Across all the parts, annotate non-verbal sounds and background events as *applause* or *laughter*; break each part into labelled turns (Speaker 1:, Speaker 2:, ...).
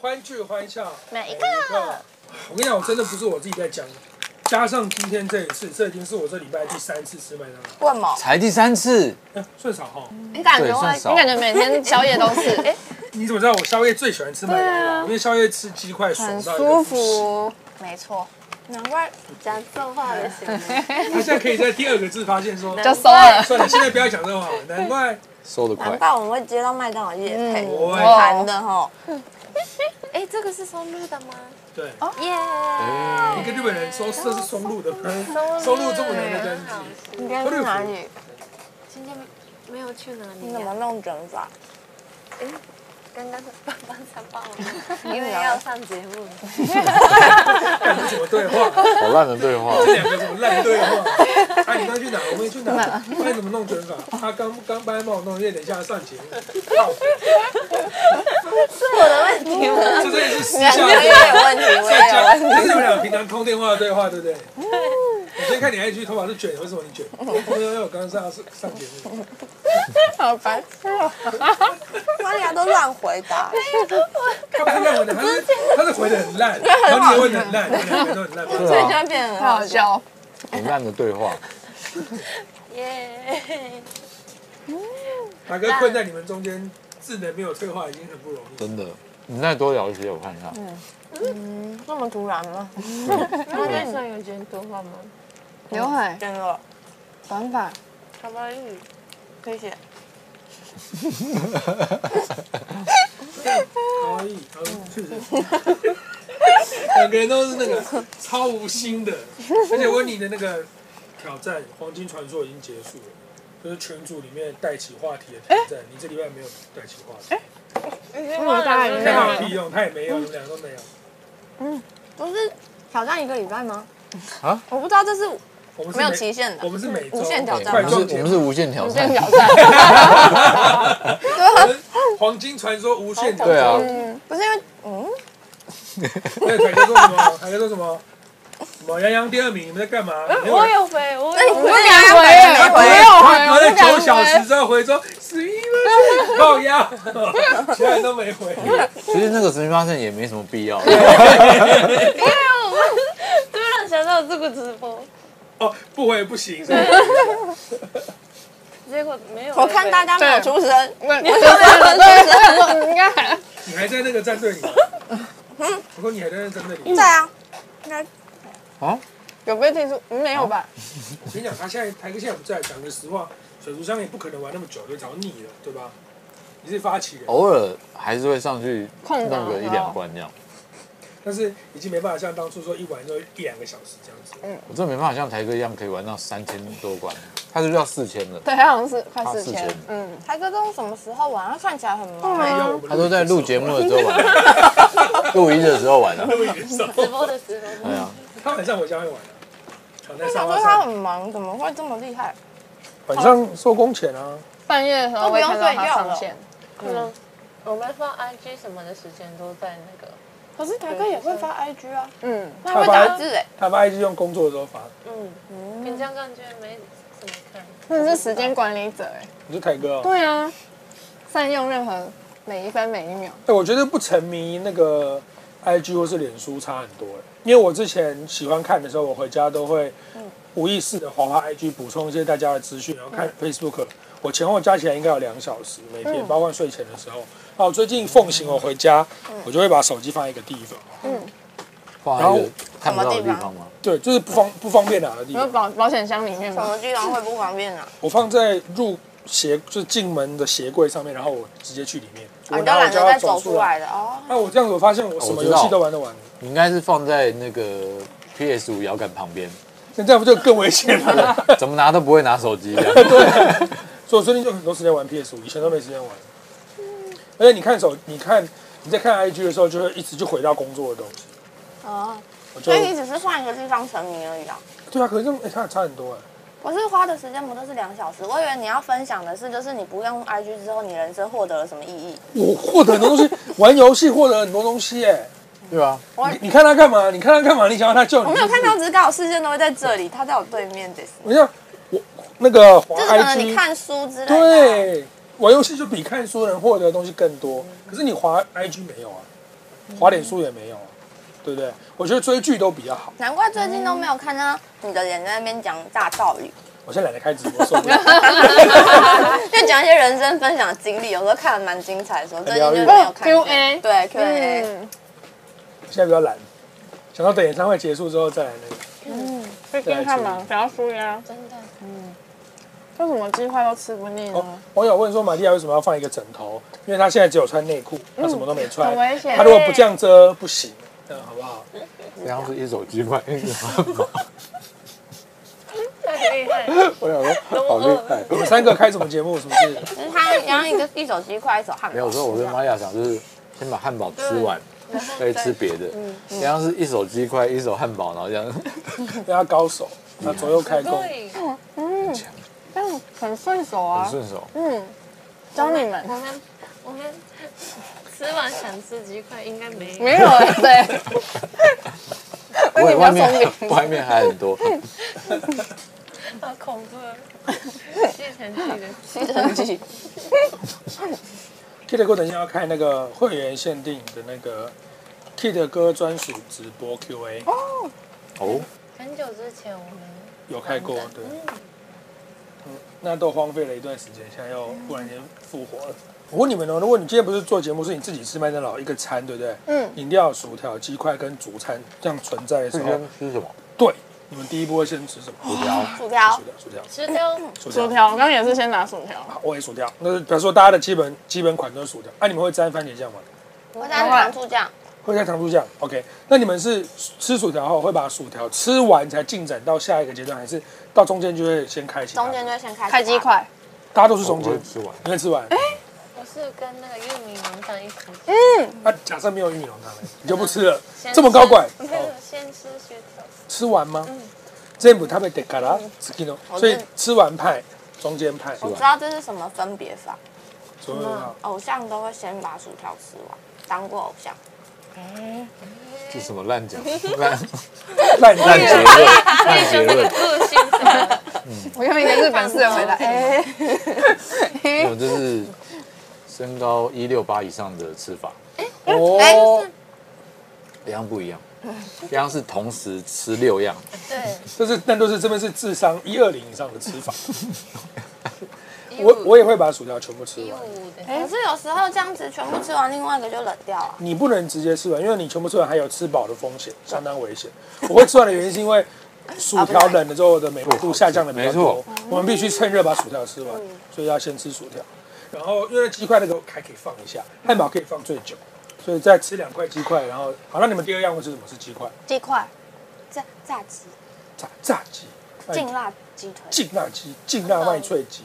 Speaker 1: 欢聚欢笑。
Speaker 2: 每一
Speaker 1: 每一个
Speaker 2: 个，
Speaker 1: 我跟你讲，我真的不是我自己在讲，加上今天这一次，这已经是我这礼拜第三次吃麦当劳
Speaker 2: 问某，
Speaker 3: 才第三次，
Speaker 1: 哎，顺少哈，
Speaker 2: 你感
Speaker 3: 对
Speaker 2: 觉会
Speaker 3: 算，少
Speaker 2: 你感觉每天宵夜都 *laughs* 是，哎，
Speaker 1: 你怎么知道我宵夜最喜欢吃麦当劳？因为宵夜吃鸡块爽
Speaker 4: 啊很
Speaker 1: 到一个
Speaker 4: 舒
Speaker 1: 不行。
Speaker 2: *laughs*
Speaker 4: 服，
Speaker 2: 没错，
Speaker 4: 难怪讲这种话也行。
Speaker 2: *laughs*
Speaker 1: 他现在可以在第二个字发现
Speaker 4: *laughs*
Speaker 1: 说，
Speaker 2: 就收了。
Speaker 1: 算了，现在不要讲这话了，难怪
Speaker 3: 收得快
Speaker 4: 难。怪我们会接到麦当劳夜配，
Speaker 2: 嗯
Speaker 4: 我谈的哈。
Speaker 5: 哎，这个是松露的吗？
Speaker 1: 对。
Speaker 4: 哦
Speaker 5: 耶，
Speaker 3: 哎
Speaker 1: 一个日本人说这是松露的，
Speaker 4: 哦
Speaker 1: 松露这么难的根
Speaker 5: 好
Speaker 1: 基，
Speaker 5: 吃。
Speaker 4: 你今天去哪里？
Speaker 5: 今天没有去哪
Speaker 4: 你
Speaker 5: 里
Speaker 4: 怎么
Speaker 5: 呀？
Speaker 4: 弄卷发？
Speaker 5: 刚刚是棒棒才帮
Speaker 4: *laughs*
Speaker 5: 我们，
Speaker 4: 因
Speaker 5: 因
Speaker 4: 为
Speaker 5: 为
Speaker 4: 要
Speaker 5: 要上节目。
Speaker 4: 哦
Speaker 1: 干什么对话？
Speaker 3: 好烂的对话，
Speaker 1: 这两个什么烂对话？
Speaker 4: *laughs*
Speaker 1: 啊，你刚才去哪？我们也去哪？那你怎么弄卷发？他刚刚帮帮我弄，因为等一下要上节目。靠这真的是私 *laughs* 下
Speaker 4: 我也
Speaker 1: 的，
Speaker 4: 有问题，我
Speaker 1: 在
Speaker 4: 也有
Speaker 1: 家，
Speaker 4: 问
Speaker 1: 这是你们俩平常通电话的对话，对不对？我先看你 IG 头发是卷，为什么你卷？因为我刚上上上节目，
Speaker 4: 好白痴哦！玛利亚都乱回
Speaker 5: *laughs*
Speaker 4: 答，
Speaker 1: 他不是乱回的，他是他是回的 *laughs* 很烂，然后你也问的很烂，你们两个都很烂。
Speaker 3: 对
Speaker 4: 现
Speaker 3: 啊，
Speaker 4: 在变得很
Speaker 2: 太好
Speaker 4: 好笑。
Speaker 2: 笑，
Speaker 3: 很烂的对话。
Speaker 5: 耶，
Speaker 1: 大哥困在你们中间，智能没有退化已经很不容易。
Speaker 3: 真的，你再多聊一些，我看一下。
Speaker 4: 那么突然
Speaker 5: *laughs*
Speaker 4: 吗？
Speaker 5: 那在上有卷头发吗？
Speaker 2: 刘海
Speaker 4: 真的，
Speaker 2: 短发，
Speaker 5: 好吧，嗯
Speaker 4: 谢谢。
Speaker 1: 可以，好是两个人都是那个超无心的，而且温妮的那个挑战《黄金传说》已经结束了，就是群组里面带起话题的挑战。你这礼拜没有带起话
Speaker 4: *laughs*
Speaker 1: 题，
Speaker 4: 嗯
Speaker 5: 我大概
Speaker 1: 看到有屁用，他也没有，你们两个都没有。
Speaker 4: 不是挑战一个礼拜吗？
Speaker 3: 啊？
Speaker 4: 我不知道这是
Speaker 1: 我们是
Speaker 4: 没有
Speaker 1: 每
Speaker 4: 期限的
Speaker 1: 我们是每周哦
Speaker 4: 无限挑战
Speaker 3: 哎
Speaker 1: 快
Speaker 3: 我们
Speaker 1: 撞
Speaker 3: 是，
Speaker 1: 节
Speaker 3: 我
Speaker 1: 目
Speaker 3: 们是无限挑战
Speaker 2: 真。挑战，
Speaker 1: 我 *laughs* 们黄金传说无限挑
Speaker 3: 对啊
Speaker 1: 战，，
Speaker 4: 嗯，不是因为嗯，
Speaker 1: 那哎凯哥说什么？凯哥说什么？什么杨洋第二名，你们在干嘛？
Speaker 4: 呃
Speaker 1: 没有
Speaker 5: 我
Speaker 1: 人
Speaker 5: 有回，我
Speaker 4: 那你
Speaker 5: 有
Speaker 4: 不
Speaker 5: 回
Speaker 4: 是
Speaker 2: 哎我
Speaker 4: 两
Speaker 2: 回
Speaker 4: 百
Speaker 1: 他隔
Speaker 4: 没回？
Speaker 2: 哎
Speaker 1: 他隔了九小时之后回说死一分爆压，其他人都没回。
Speaker 3: 其实那个神秘发现也没什么必要。
Speaker 5: 突然想到这个直播，
Speaker 1: 哦，不回不行，是吧
Speaker 5: 结果没有回。
Speaker 4: 我看大家没有出声，
Speaker 2: 我就这样，对，我想说应该还
Speaker 1: 你还在那个战队里吗？我说你还在那个战队里。
Speaker 4: 在啊，应该
Speaker 3: 啊？
Speaker 2: 有被听出没有吧？
Speaker 1: 我跟你讲，他现在台哥现在不在，讲个实话，水族箱也不可能玩那么久，就找你了，对吧？你是发起人，
Speaker 3: 偶尔还是会上去
Speaker 2: 空档
Speaker 3: 弄个
Speaker 2: 的时
Speaker 3: 一
Speaker 2: 候
Speaker 3: 两关这样。
Speaker 1: 但是已经没办法像当初说一玩就一两个小时这样子。
Speaker 3: 我真的没办法像台哥一样可以玩到三千多关，他是不是要四千了？
Speaker 2: 对，好像是快
Speaker 3: 啊
Speaker 2: 四千
Speaker 3: 4000，
Speaker 2: 嗯，
Speaker 4: 台哥都什么时候玩？他看起来很忙
Speaker 1: 那
Speaker 4: 欸。
Speaker 1: 要我们
Speaker 3: 他都在录节目的时候玩，录音的时候玩的。
Speaker 1: 录影的时候
Speaker 5: 直播的直播，
Speaker 3: 对啊，
Speaker 1: 他晚上回家会玩的，躺在
Speaker 4: 我
Speaker 1: 沙
Speaker 4: 想
Speaker 1: 发
Speaker 4: 说他
Speaker 1: 上。
Speaker 4: 很忙，怎么会这么厉害？
Speaker 1: 晚上收工前啊。
Speaker 2: 半夜的时候我也看到他上线，
Speaker 5: 可能我们放 IG 什么的时间都在那个，
Speaker 4: 可是台哥也会发 IG 啊，
Speaker 2: 嗯，
Speaker 4: 他会打字哎，
Speaker 1: 他把 IG 用工作的时候发的，
Speaker 5: 嗯，平常感觉没怎么看。
Speaker 2: 真的是时间管理者哎，
Speaker 1: 你是凯哥哦。
Speaker 2: 对啊，善用任何每一分每一秒，
Speaker 1: 哎，我觉得不沉迷那个 IG 或是脸书差很多哎，因为我之前喜欢看的时候，我回家都会
Speaker 4: 嗯
Speaker 1: 无意识的滑滑 IG 补充一些大家的资讯，然后
Speaker 4: 嗯
Speaker 1: 看 Facebook。我前后加起来应该有两小时，每天包括睡前的时候。然后我最近奉行我回家，
Speaker 4: 嗯
Speaker 1: 我就会把手机放在一个地方，
Speaker 3: 放
Speaker 1: 然
Speaker 3: 在
Speaker 1: 后
Speaker 3: 一个看不到的地方吗？
Speaker 1: 对，就是不方不方便拿的地
Speaker 2: 你说
Speaker 1: 方，
Speaker 2: 保保险箱里面
Speaker 4: 什
Speaker 2: 吗？
Speaker 4: 么地方会不方便啊？
Speaker 1: 我放在入鞋就是进门的鞋柜上面，然后我直接去里面，
Speaker 4: 啊，
Speaker 1: 我
Speaker 4: 你就
Speaker 1: 拿我
Speaker 4: 懒
Speaker 1: 就
Speaker 4: 得再
Speaker 1: 要
Speaker 4: 走
Speaker 1: 走
Speaker 4: 出
Speaker 1: 出来。
Speaker 4: 来的哦。
Speaker 1: 啊那我这样子，我发现我什么游戏都玩得完。
Speaker 3: 你应该是放在那个 PS 五摇杆旁 *laughs* 边，
Speaker 1: 那这样不就更危险了？ *laughs*
Speaker 3: 怎么拿都不会拿手机 *laughs* 这样。
Speaker 1: 所以我最近就很多时间玩 PS 五，以前都没时间玩。而且你看手，你看你在看 IG 的时候，就会一直就回到工作的东西。
Speaker 4: 哦，
Speaker 1: 我就
Speaker 4: 所以你只是换一个地方沉迷而已啊。
Speaker 1: 对啊，可是这么、欸、差差很多哎、
Speaker 4: 可是花的时间不都是两小时？我以为你要分享的是，就是你不用 IG 之后，你人生获得了什么意义？
Speaker 1: 我获得很多东西，玩游戏获得很多东西哎、
Speaker 3: 对啊，
Speaker 1: 你你看他干嘛？你看他干嘛？你想要他救你？
Speaker 4: 我没有看到，只是刚好视线都会在这里，他在我对面这是。
Speaker 1: 我像我那个滑
Speaker 4: 就是可能你
Speaker 1: IG，
Speaker 4: 看书之类的。，嗯
Speaker 1: 对，玩游戏就比看书人获得的东西更多。可是你滑 IG 没有啊？滑脸书也没有啊，对不对？我觉得追剧都比较好。
Speaker 4: 难怪最近都没有看到你的脸在那边讲大道理，
Speaker 1: 我现在懒得开直播，受
Speaker 2: *laughs*
Speaker 1: 不了。
Speaker 4: 就讲一些人生分享的经历，有时候看的蛮精彩的时候，最近就
Speaker 1: 疗愈
Speaker 4: 没有看见。
Speaker 5: Q&A
Speaker 4: 对 Q&A，
Speaker 2: 哦嗯，
Speaker 1: 现在比较懒，想到等演唱会结束之后再来那个。
Speaker 2: 最近看嘛，不要输呀。
Speaker 5: 真的，
Speaker 2: 嗯为什么鸡块都吃不腻
Speaker 1: 哦
Speaker 2: 呢？，
Speaker 1: 网友问说玛利亚为什么要放一个枕头？因为她现在只有穿内裤，她什么都没穿，
Speaker 2: 嗯很危险
Speaker 1: 她如果不这样遮不行，嗯，好不
Speaker 2: *laughs*
Speaker 1: 好？
Speaker 3: 这样是一手机卖，
Speaker 5: 太厉害了，
Speaker 3: 我想说好厉害。
Speaker 1: 我们三个开什么节目？是不是？
Speaker 4: 就是嗯他然后一个一手鸡块，一手汉堡。
Speaker 3: 没有，所以我跟玛利亚想就是先把汉堡吃完，再吃别的。这样是一手鸡块，一手汉堡，然后这样。
Speaker 1: 对她高手，她左右开弓，
Speaker 5: 对，
Speaker 2: 但是很顺手啊
Speaker 3: 很。顺手，
Speaker 2: 嗯，教你们
Speaker 5: 我们我们吃完想吃鸡块应该没有
Speaker 2: 没有哎，对，
Speaker 3: 我
Speaker 2: 你比较
Speaker 3: 外
Speaker 2: 聪
Speaker 3: 面 *laughs* 外面还很多，
Speaker 5: 好恐怖了，吸尘器的
Speaker 4: 吸尘器，
Speaker 1: Kid 哥等一下要开那个会员限定的那个 Kid 哥专属直播 Q&A，
Speaker 3: 哦，
Speaker 5: 很久之前我们
Speaker 1: 有开过
Speaker 5: 嗯，
Speaker 1: 对。嗯那都荒废了一段时间，现在又忽然间复活了。我问你们哦，如果你今天不是做节目，是你自己吃麦当劳一个餐，对不对？
Speaker 2: 嗯
Speaker 1: 饮料、薯条、鸡块跟主餐这样存在的时
Speaker 3: 这
Speaker 1: 候
Speaker 3: 边，吃什么？
Speaker 1: 对，你们第一波先吃什么？
Speaker 3: 薯条，
Speaker 4: 薯条
Speaker 1: 薯，条，薯条，
Speaker 5: 吃掉
Speaker 1: 薯
Speaker 2: 薯
Speaker 1: 条。
Speaker 2: 条，我刚刚也是先拿薯条，
Speaker 1: 好我也薯条，那是比方说大家的基本基本款都是薯条。哎、你们会沾番茄酱吗？
Speaker 4: 我在糖醋酱，
Speaker 1: 会加糖醋酱，OK？那你们是吃薯条后会把薯条吃完才进展到下一个阶段，还是到中间就会先开启它？
Speaker 4: 中间就先开
Speaker 2: 开鸡，块，
Speaker 1: 大家都是中间
Speaker 3: 哦我会吃完
Speaker 1: 你会吃完。
Speaker 5: 哎我是跟那个玉米浓汤一起吃，
Speaker 1: 那、假设没有玉米浓汤呢，
Speaker 5: 嗯
Speaker 1: 你就不吃了，
Speaker 5: 先
Speaker 1: 这么高
Speaker 5: 吃
Speaker 1: 管，
Speaker 5: 没
Speaker 1: 哦
Speaker 5: 有先吃雪条，
Speaker 1: 吃完吗？
Speaker 5: 嗯
Speaker 1: 全部食べてから好きの，
Speaker 5: 哦
Speaker 4: 我
Speaker 1: 所以
Speaker 4: 是
Speaker 1: 吃完派，中间派，
Speaker 4: 我知道这是什么分别法，
Speaker 1: 左右
Speaker 5: 啊
Speaker 1: 派。
Speaker 4: 偶像都会先把薯条吃完，当过偶像。
Speaker 3: 这什么烂讲烂
Speaker 1: 烂
Speaker 3: 烂
Speaker 5: 哎
Speaker 1: 烂
Speaker 3: 结
Speaker 1: 结，
Speaker 3: 论，烂结论，
Speaker 5: 个性什么的
Speaker 2: 我用一个日本式的回答，哎，
Speaker 3: 我们就是身高一六八以上的吃法，
Speaker 1: 哦，
Speaker 5: 哎
Speaker 3: 一样不一样，一样是同时吃六样，
Speaker 5: 对，
Speaker 1: 这是那都是这边是智商一二零以上的吃
Speaker 5: *laughs*
Speaker 1: 法。我我也会把薯条全部吃
Speaker 5: 一
Speaker 1: 完，
Speaker 5: 五的，
Speaker 4: 可是有时候这样子全部吃完，另外一个就冷掉了。
Speaker 1: 你不能直接吃完，因为你全部吃完还有吃饱的风险，相当危险。我会吃完的原因是因为薯条冷了之后我的美味度下降的比较多
Speaker 3: 没错，
Speaker 1: 我们必须趁热把薯条吃完，所以要先吃薯条。然后因为鸡块那个还可以放一下，汉堡可以放最久，所以再吃两块鸡块。然后好，那你们第二样会是什么？是鸡块。
Speaker 4: 鸡块，炸炸鸡，
Speaker 1: 炸炸鸡、哎
Speaker 4: 劲辣鸡腿，
Speaker 1: 劲辣鸡、劲辣麦脆鸡。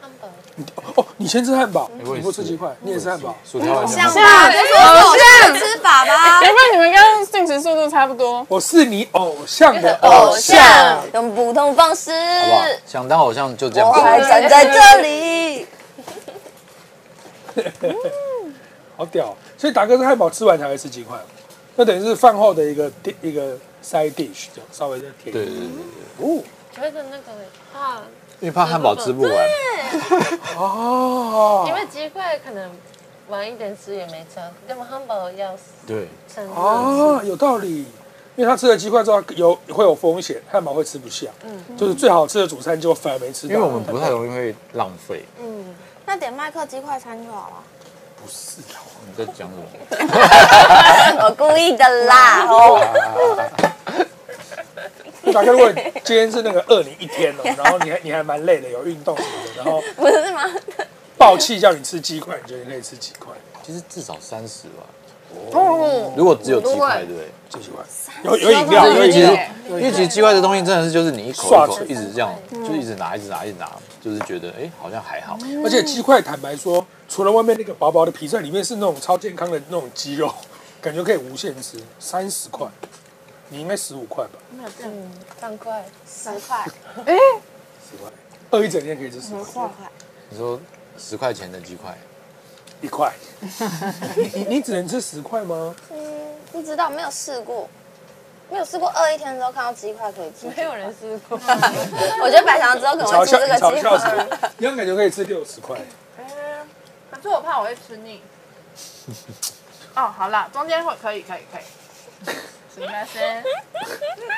Speaker 5: 汉堡
Speaker 1: 你哦，你先吃汉堡，你
Speaker 3: 哎我也
Speaker 1: 不吃鸡块，你也吃汉堡。
Speaker 3: 薯条好
Speaker 4: 像
Speaker 3: 像
Speaker 4: 吧？这是偶像的吃法吧
Speaker 2: 难？怪你们刚刚进食速度差不多，
Speaker 1: 我是你偶像的 *laughs* 偶
Speaker 4: 偶
Speaker 1: 像
Speaker 4: 像。用不同方式，
Speaker 3: 好不好？想当偶像就这样
Speaker 4: 我还
Speaker 3: 子，
Speaker 4: 站在这里。
Speaker 1: 好屌哦！所以达哥是汉堡吃完才会吃鸡块，哦那等于是饭后的一个 di- 一个 side dish，这样稍微再甜。
Speaker 3: 对对对对，对
Speaker 1: 哦
Speaker 5: 觉得那个怕，
Speaker 3: 因为怕汉堡吃不完，
Speaker 1: 哦，
Speaker 5: 因为鸡块可能晚一点吃也没差，那么汉堡要
Speaker 3: 对，
Speaker 5: 趁热
Speaker 1: 哦，有道理。因为他吃了鸡块之后有会有风险，汉堡会吃不下。嗯，就是最好吃的主餐，结果反而没吃到。
Speaker 3: 因为我们不太容易会浪费。
Speaker 4: 那点麦克鸡块餐就好了。
Speaker 1: 不是 *laughs* 啊
Speaker 3: 你在讲什么？
Speaker 4: 我故意的啦，哦，
Speaker 1: 大概如果今天是那个二零一天哦，然后你还你还蛮累的，有运动什么的，然后
Speaker 4: 不是吗？
Speaker 1: 暴气叫你吃鸡块，你觉得你可以吃几块？
Speaker 3: 其实至少三十吧，
Speaker 2: 哦，
Speaker 3: 如果只有鸡块，哎对不对？
Speaker 1: 吃几块？有有饮料，
Speaker 2: 三
Speaker 1: 有
Speaker 2: 十
Speaker 3: 因为
Speaker 1: 饮
Speaker 3: 其实
Speaker 1: 料，
Speaker 3: 因为其实鸡块这东西真的是就是你一口
Speaker 1: 刷
Speaker 3: 一口
Speaker 1: 子
Speaker 3: 一直这样，就一直拿一直拿一直拿，就是觉得哎好像还好，
Speaker 1: 而且鸡块坦白说，除了外面那个薄薄的皮在里面是那种超健康的那种鸡肉， *laughs* 感觉可以无限吃，三十块，你应该十五块吧？
Speaker 5: 嗯，放块，
Speaker 4: 十块，
Speaker 1: 十块，饿一整天可以吃十块，
Speaker 3: 你说十块钱的鸡块，
Speaker 1: 一块，你你你只能吃十块吗？
Speaker 4: 嗯，不知道，没有试过，没有试过饿一天之后看到鸡块可以 *laughs* 吃。
Speaker 5: 没有人试过，
Speaker 4: 我觉得白翔之后可能
Speaker 1: 嘲
Speaker 4: 会
Speaker 1: 笑
Speaker 4: 吃
Speaker 1: 你
Speaker 4: 这个
Speaker 1: 嘲
Speaker 4: 鸡
Speaker 1: 笑谁
Speaker 4: 块。？
Speaker 1: 你样感觉可以吃六十块。
Speaker 2: *laughs*
Speaker 5: 可是我怕我会吃腻，哦，好啦，中间会可以可以可以。すみません。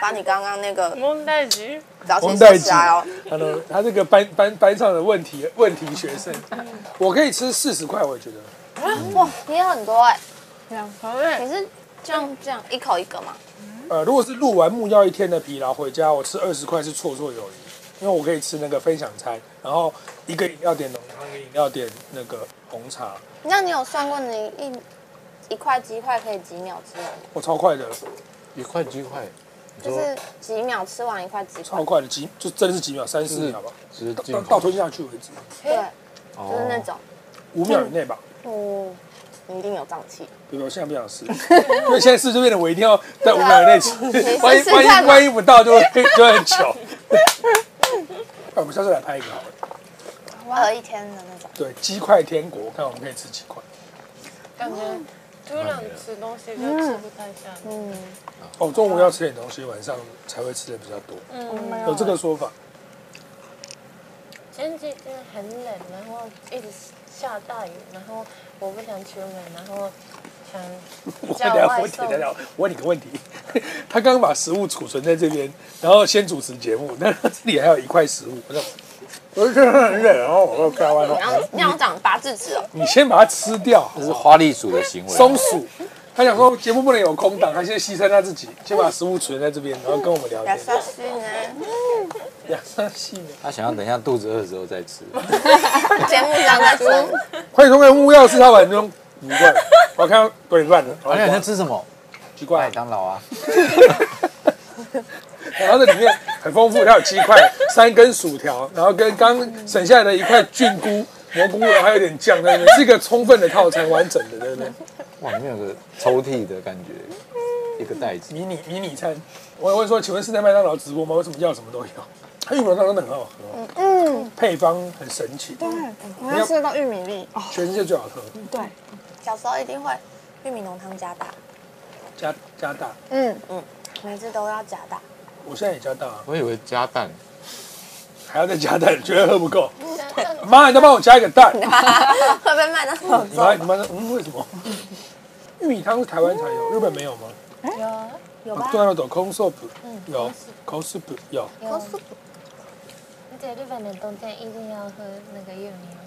Speaker 4: 把你刚刚那个
Speaker 5: 問題児。
Speaker 4: 早起
Speaker 1: 蒙代
Speaker 4: 说
Speaker 1: 吉
Speaker 4: 起来哦。
Speaker 1: 他呢，他这个班班班上的问题问题学生，我可以吃四十块，我觉得
Speaker 4: 哇，你也很多哎，
Speaker 5: 两头嘞。
Speaker 4: 你是这样这样一口一个吗？
Speaker 1: 呃，如果是录完木曜一天的疲劳回家，我吃二十块是绰绰有余，因为我可以吃那个分享餐，然后一个饮料点浓汤，一个饮料点那个红茶，
Speaker 4: 那你有算过你一一块鸡块可以几秒吃完吗？
Speaker 1: 我超快的，
Speaker 3: 一块鸡块，你
Speaker 4: 就
Speaker 3: 说
Speaker 4: 是几秒吃完一块鸡块
Speaker 1: 超？快的几就真的是几秒，三四秒吧，
Speaker 3: 就是
Speaker 1: 到
Speaker 3: 进
Speaker 1: 到到吞下去为止，
Speaker 4: 对，
Speaker 3: 哦
Speaker 4: 就是那种，
Speaker 1: 五秒以内吧。
Speaker 4: 嗯，你一定有胀气。
Speaker 1: 比如我现在不想吃，因为现在吃就变得我一定要在五秒以内吃，万一
Speaker 4: 试试
Speaker 1: 万
Speaker 4: 看
Speaker 1: 一
Speaker 4: 嘛
Speaker 1: 万一不到就会就会很糗。那我们下次来拍一个好了。
Speaker 4: 喝一天的那种。
Speaker 1: 对，鸡块天国，看我们可以吃几块。
Speaker 5: 感觉突然吃东西就吃不太下。
Speaker 4: 嗯，
Speaker 1: 哦，中午要吃点东西，晚上才会吃的比较多，
Speaker 5: 嗯，
Speaker 1: 有这个说法。
Speaker 5: 前几天很冷，然后一直下大雨，然后我不想出门，然后想
Speaker 1: *laughs* 我
Speaker 5: 叫
Speaker 1: 等一下
Speaker 5: 外
Speaker 1: 问题，
Speaker 5: 送
Speaker 1: 等一下我问你个问题。他刚刚把食物储存在这边，然后先主持节目，但是这里还有一块食物，我说 *laughs* 我就觉得很冷，然后我又开外
Speaker 4: 你要
Speaker 1: 头，
Speaker 4: 你要长八智齿哦。
Speaker 1: 你先把它吃掉。
Speaker 3: 这是花栗鼠的行为。
Speaker 1: 松鼠，他想说节目不能有空档，他先牺牲他自己，先把食物存在这边，然后跟我们聊
Speaker 4: 亚
Speaker 1: 天。
Speaker 4: 莎西呢？
Speaker 1: 养生系呢？
Speaker 3: 他想要等一下肚子饿的时候再吃。 *laughs*
Speaker 4: 节目上在说，
Speaker 1: 欢迎收看《木曜四老板中》，奇怪，我看到对半了，
Speaker 3: 啊，那你在吃什么？
Speaker 1: 奇
Speaker 3: *laughs* 麦
Speaker 1: 怪，
Speaker 3: 当劳啊。
Speaker 1: 然后这里面很丰富，它有鸡块、三根薯条，然后跟刚省下来的一块菌菇、蘑菇，然后还有点酱在那边，是一个充分的套餐，完整的，对不对？
Speaker 3: 哇，里面有个抽屉的 *laughs* 感觉，一个袋子。
Speaker 1: 迷你迷你餐，我也问说，请问是在麦当劳直播吗？为什么要什么都有？它玉米浓汤真的很好喝，哦
Speaker 2: 嗯，
Speaker 1: 配方很神奇，
Speaker 2: 我要吃到玉米粒哦，
Speaker 1: 全世界最好喝，
Speaker 2: 对，
Speaker 4: 小时候一定会玉米浓汤加大，
Speaker 1: 加加大。
Speaker 2: 嗯，
Speaker 4: 每次都要加大。
Speaker 1: 我现在也加大、啊，
Speaker 3: 我以为加蛋，
Speaker 1: 还要再加蛋，觉得喝不够。妈，你再帮我加一个蛋。
Speaker 4: *laughs* 会被麦当劳
Speaker 1: 你妈，你妈说，嗯，为什么？ *laughs* 玉米汤是台湾才有，日本没有吗？
Speaker 4: 有吧？
Speaker 1: 对啊，有空 soup，有 c o soup，有。
Speaker 5: 哦
Speaker 4: 口水
Speaker 5: 在日本的冬天一定要喝那个玉米浓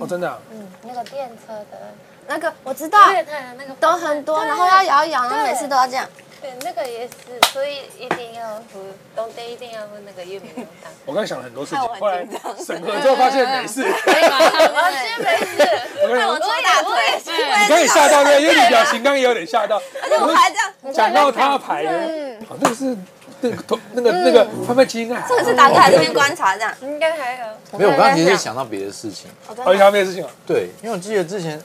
Speaker 5: 汤，
Speaker 1: 哦，真的啊，
Speaker 5: 嗯，那个电车的
Speaker 4: 那个我知道，
Speaker 5: 对，它的那个
Speaker 4: 都很多，然后要摇一摇，然后每次都要这样。
Speaker 5: 对那个也是，所以一定要喝，冬天一定要喝那个玉米 *laughs* 浓汤。
Speaker 1: 我刚才想了很多事情，
Speaker 4: 害我很
Speaker 1: 后来
Speaker 4: 紧张
Speaker 1: 审核之后发现没事。
Speaker 5: 我啊是没事，
Speaker 1: 我跟你
Speaker 4: 我
Speaker 1: 说，
Speaker 4: 抽大腿，
Speaker 1: 你刚也吓到对，因为你表情刚刚也有点吓到。
Speaker 4: 我还这样，
Speaker 1: 讲到他牌了，好像是那个头那个那个贩卖机应该还好，
Speaker 4: 是打开这边观察这样。
Speaker 5: 应该还好。
Speaker 3: 没有，我刚刚其实想到别的事情。
Speaker 4: 我真
Speaker 1: 好
Speaker 4: 的
Speaker 1: 像没事情啊。
Speaker 3: 对，因为我记得之前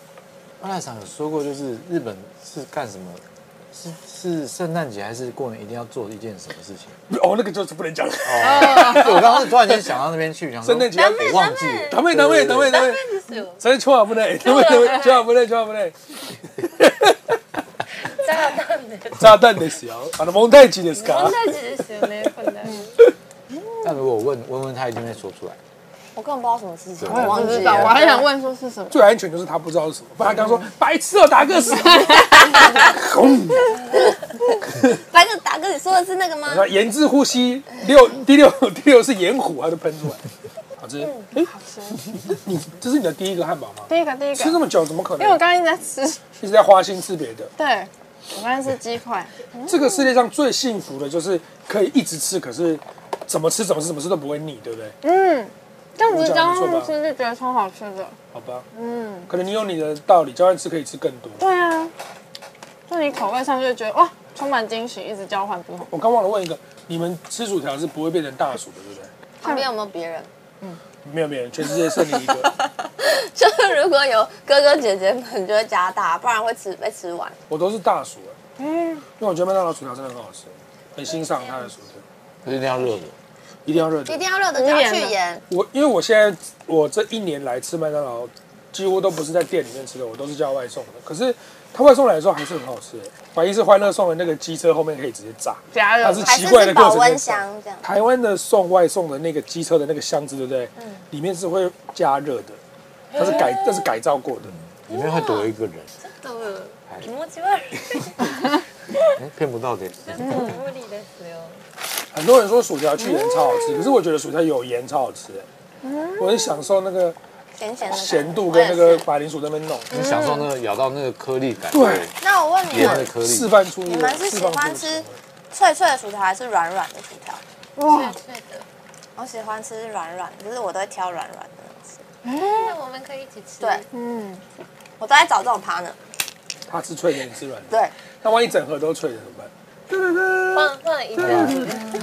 Speaker 3: 阿赖厂有说过，就是日本是干什么？是是圣诞节还是过年一定要做一件什么事情？
Speaker 1: 哦，那个就是不能讲。
Speaker 3: *laughs* 对我刚刚突然间想到那边去，想说
Speaker 1: 圣诞节要
Speaker 3: 我忘记了。
Speaker 1: ダメダメダメダメ。それ超危ない。ダメダメ超危ない超危ない。
Speaker 5: 炸弹的，
Speaker 1: 炸弹ですよ。あの問題児ですか。
Speaker 5: 那只是有没困难。
Speaker 3: 但如果我问问问他，一定会说出来。
Speaker 4: 我根本不知道什么事情，
Speaker 3: 对
Speaker 4: 我忘
Speaker 2: 不
Speaker 4: 记
Speaker 2: 知道，我
Speaker 4: 了。
Speaker 2: 还想问说是什么，
Speaker 1: 最安全就是他不知道是什么，不然他刚说白痴哦，达哥是。轰！
Speaker 4: 白哥大哥，你说的是那个吗？
Speaker 1: 那炎之呼吸六第六 *laughs* 第六是炎虎，它就喷出来。好吃。哎，
Speaker 2: *laughs*
Speaker 1: 你这是你的第一个汉堡吗？
Speaker 2: 第一个第一
Speaker 1: 吃这
Speaker 2: 个，
Speaker 1: 么久怎么可
Speaker 2: 因为我
Speaker 1: 能？
Speaker 2: 刚刚一直在吃，
Speaker 1: 一直在花心吃别的。
Speaker 2: 对，我刚刚吃鸡
Speaker 1: *laughs*
Speaker 2: 块，
Speaker 1: 这个世界上最幸福的就是可以一直吃，可是怎么吃怎么吃怎么吃都不会腻，对不对？
Speaker 2: 嗯，这样
Speaker 1: 我
Speaker 2: 子
Speaker 1: 讲
Speaker 2: 这
Speaker 1: 得
Speaker 2: 样
Speaker 1: 不错吧
Speaker 2: 吃就觉得超好吃的，
Speaker 1: 好吧，
Speaker 2: 嗯，
Speaker 1: 可能你有你的道理，教练吃可以吃更多。
Speaker 2: 对啊，就你口味上就觉得哇，充满惊喜，一直交换不同，
Speaker 1: 我刚忘了问一个，你们吃薯条是不会变成大薯的，对不对？
Speaker 4: *laughs* 旁边有没有别人？
Speaker 1: 没有没有，全世界剩你一个。
Speaker 4: *laughs* 就是如果有哥哥姐姐们，就会加大，不然会吃被吃完。
Speaker 1: 我都是大薯，欸
Speaker 2: 嗯，
Speaker 1: 因为我觉得麦当劳薯条真的很好吃，很欣赏它的薯条，
Speaker 3: 就一定要热的，
Speaker 1: 一定要热
Speaker 4: 一
Speaker 1: 的。
Speaker 4: 定要热的就要去盐，
Speaker 1: 我因为我现在我这一年来吃麦当劳，几乎都不是在店里面吃的，我都是叫外送的。可是它外送来的时候还是很好吃，欸怀疑是欢乐送的那个机车后面可以直接炸。
Speaker 2: 加热
Speaker 1: 它是
Speaker 4: 还
Speaker 1: 奇
Speaker 4: 是
Speaker 1: 怪的
Speaker 4: 是
Speaker 1: 过
Speaker 4: 保
Speaker 1: 程
Speaker 4: 温箱这样？
Speaker 1: 台湾的送外送的那个机车的那个箱子，对不对？
Speaker 4: 嗯
Speaker 1: 里面是会加热的，它是改，这是改造过的。
Speaker 3: 里面会躲一个人，
Speaker 5: 对，気持ち悪い。
Speaker 3: 哎，骗不到的。
Speaker 5: 無理ですよ。
Speaker 1: 很多人说薯条去盐超好
Speaker 4: 嗯
Speaker 1: 吃，可是我觉得薯条有盐超好吃哎。我很享受那个
Speaker 4: 咸咸的感觉
Speaker 1: 咸度跟那个
Speaker 4: 我也是
Speaker 1: 马铃薯在那边弄，
Speaker 3: 你享受那个咬到那个颗粒感，
Speaker 1: 对
Speaker 4: 那我问你
Speaker 3: 盐的
Speaker 4: 们，
Speaker 3: 颗粒
Speaker 1: 示，范出
Speaker 4: 你们是喜欢吃脆脆的薯条还是软软的薯条？
Speaker 2: 哇，
Speaker 5: 对的。
Speaker 4: 我喜欢吃软软，可是我都会挑软软的吃。
Speaker 5: 那我们可以一起吃。
Speaker 4: 对
Speaker 2: 嗯，
Speaker 4: 我都在找这种 partner。
Speaker 1: 他吃脆的，你吃软的。
Speaker 4: 对，
Speaker 1: 那万一整盒都脆的怎么办？
Speaker 5: 换换一个。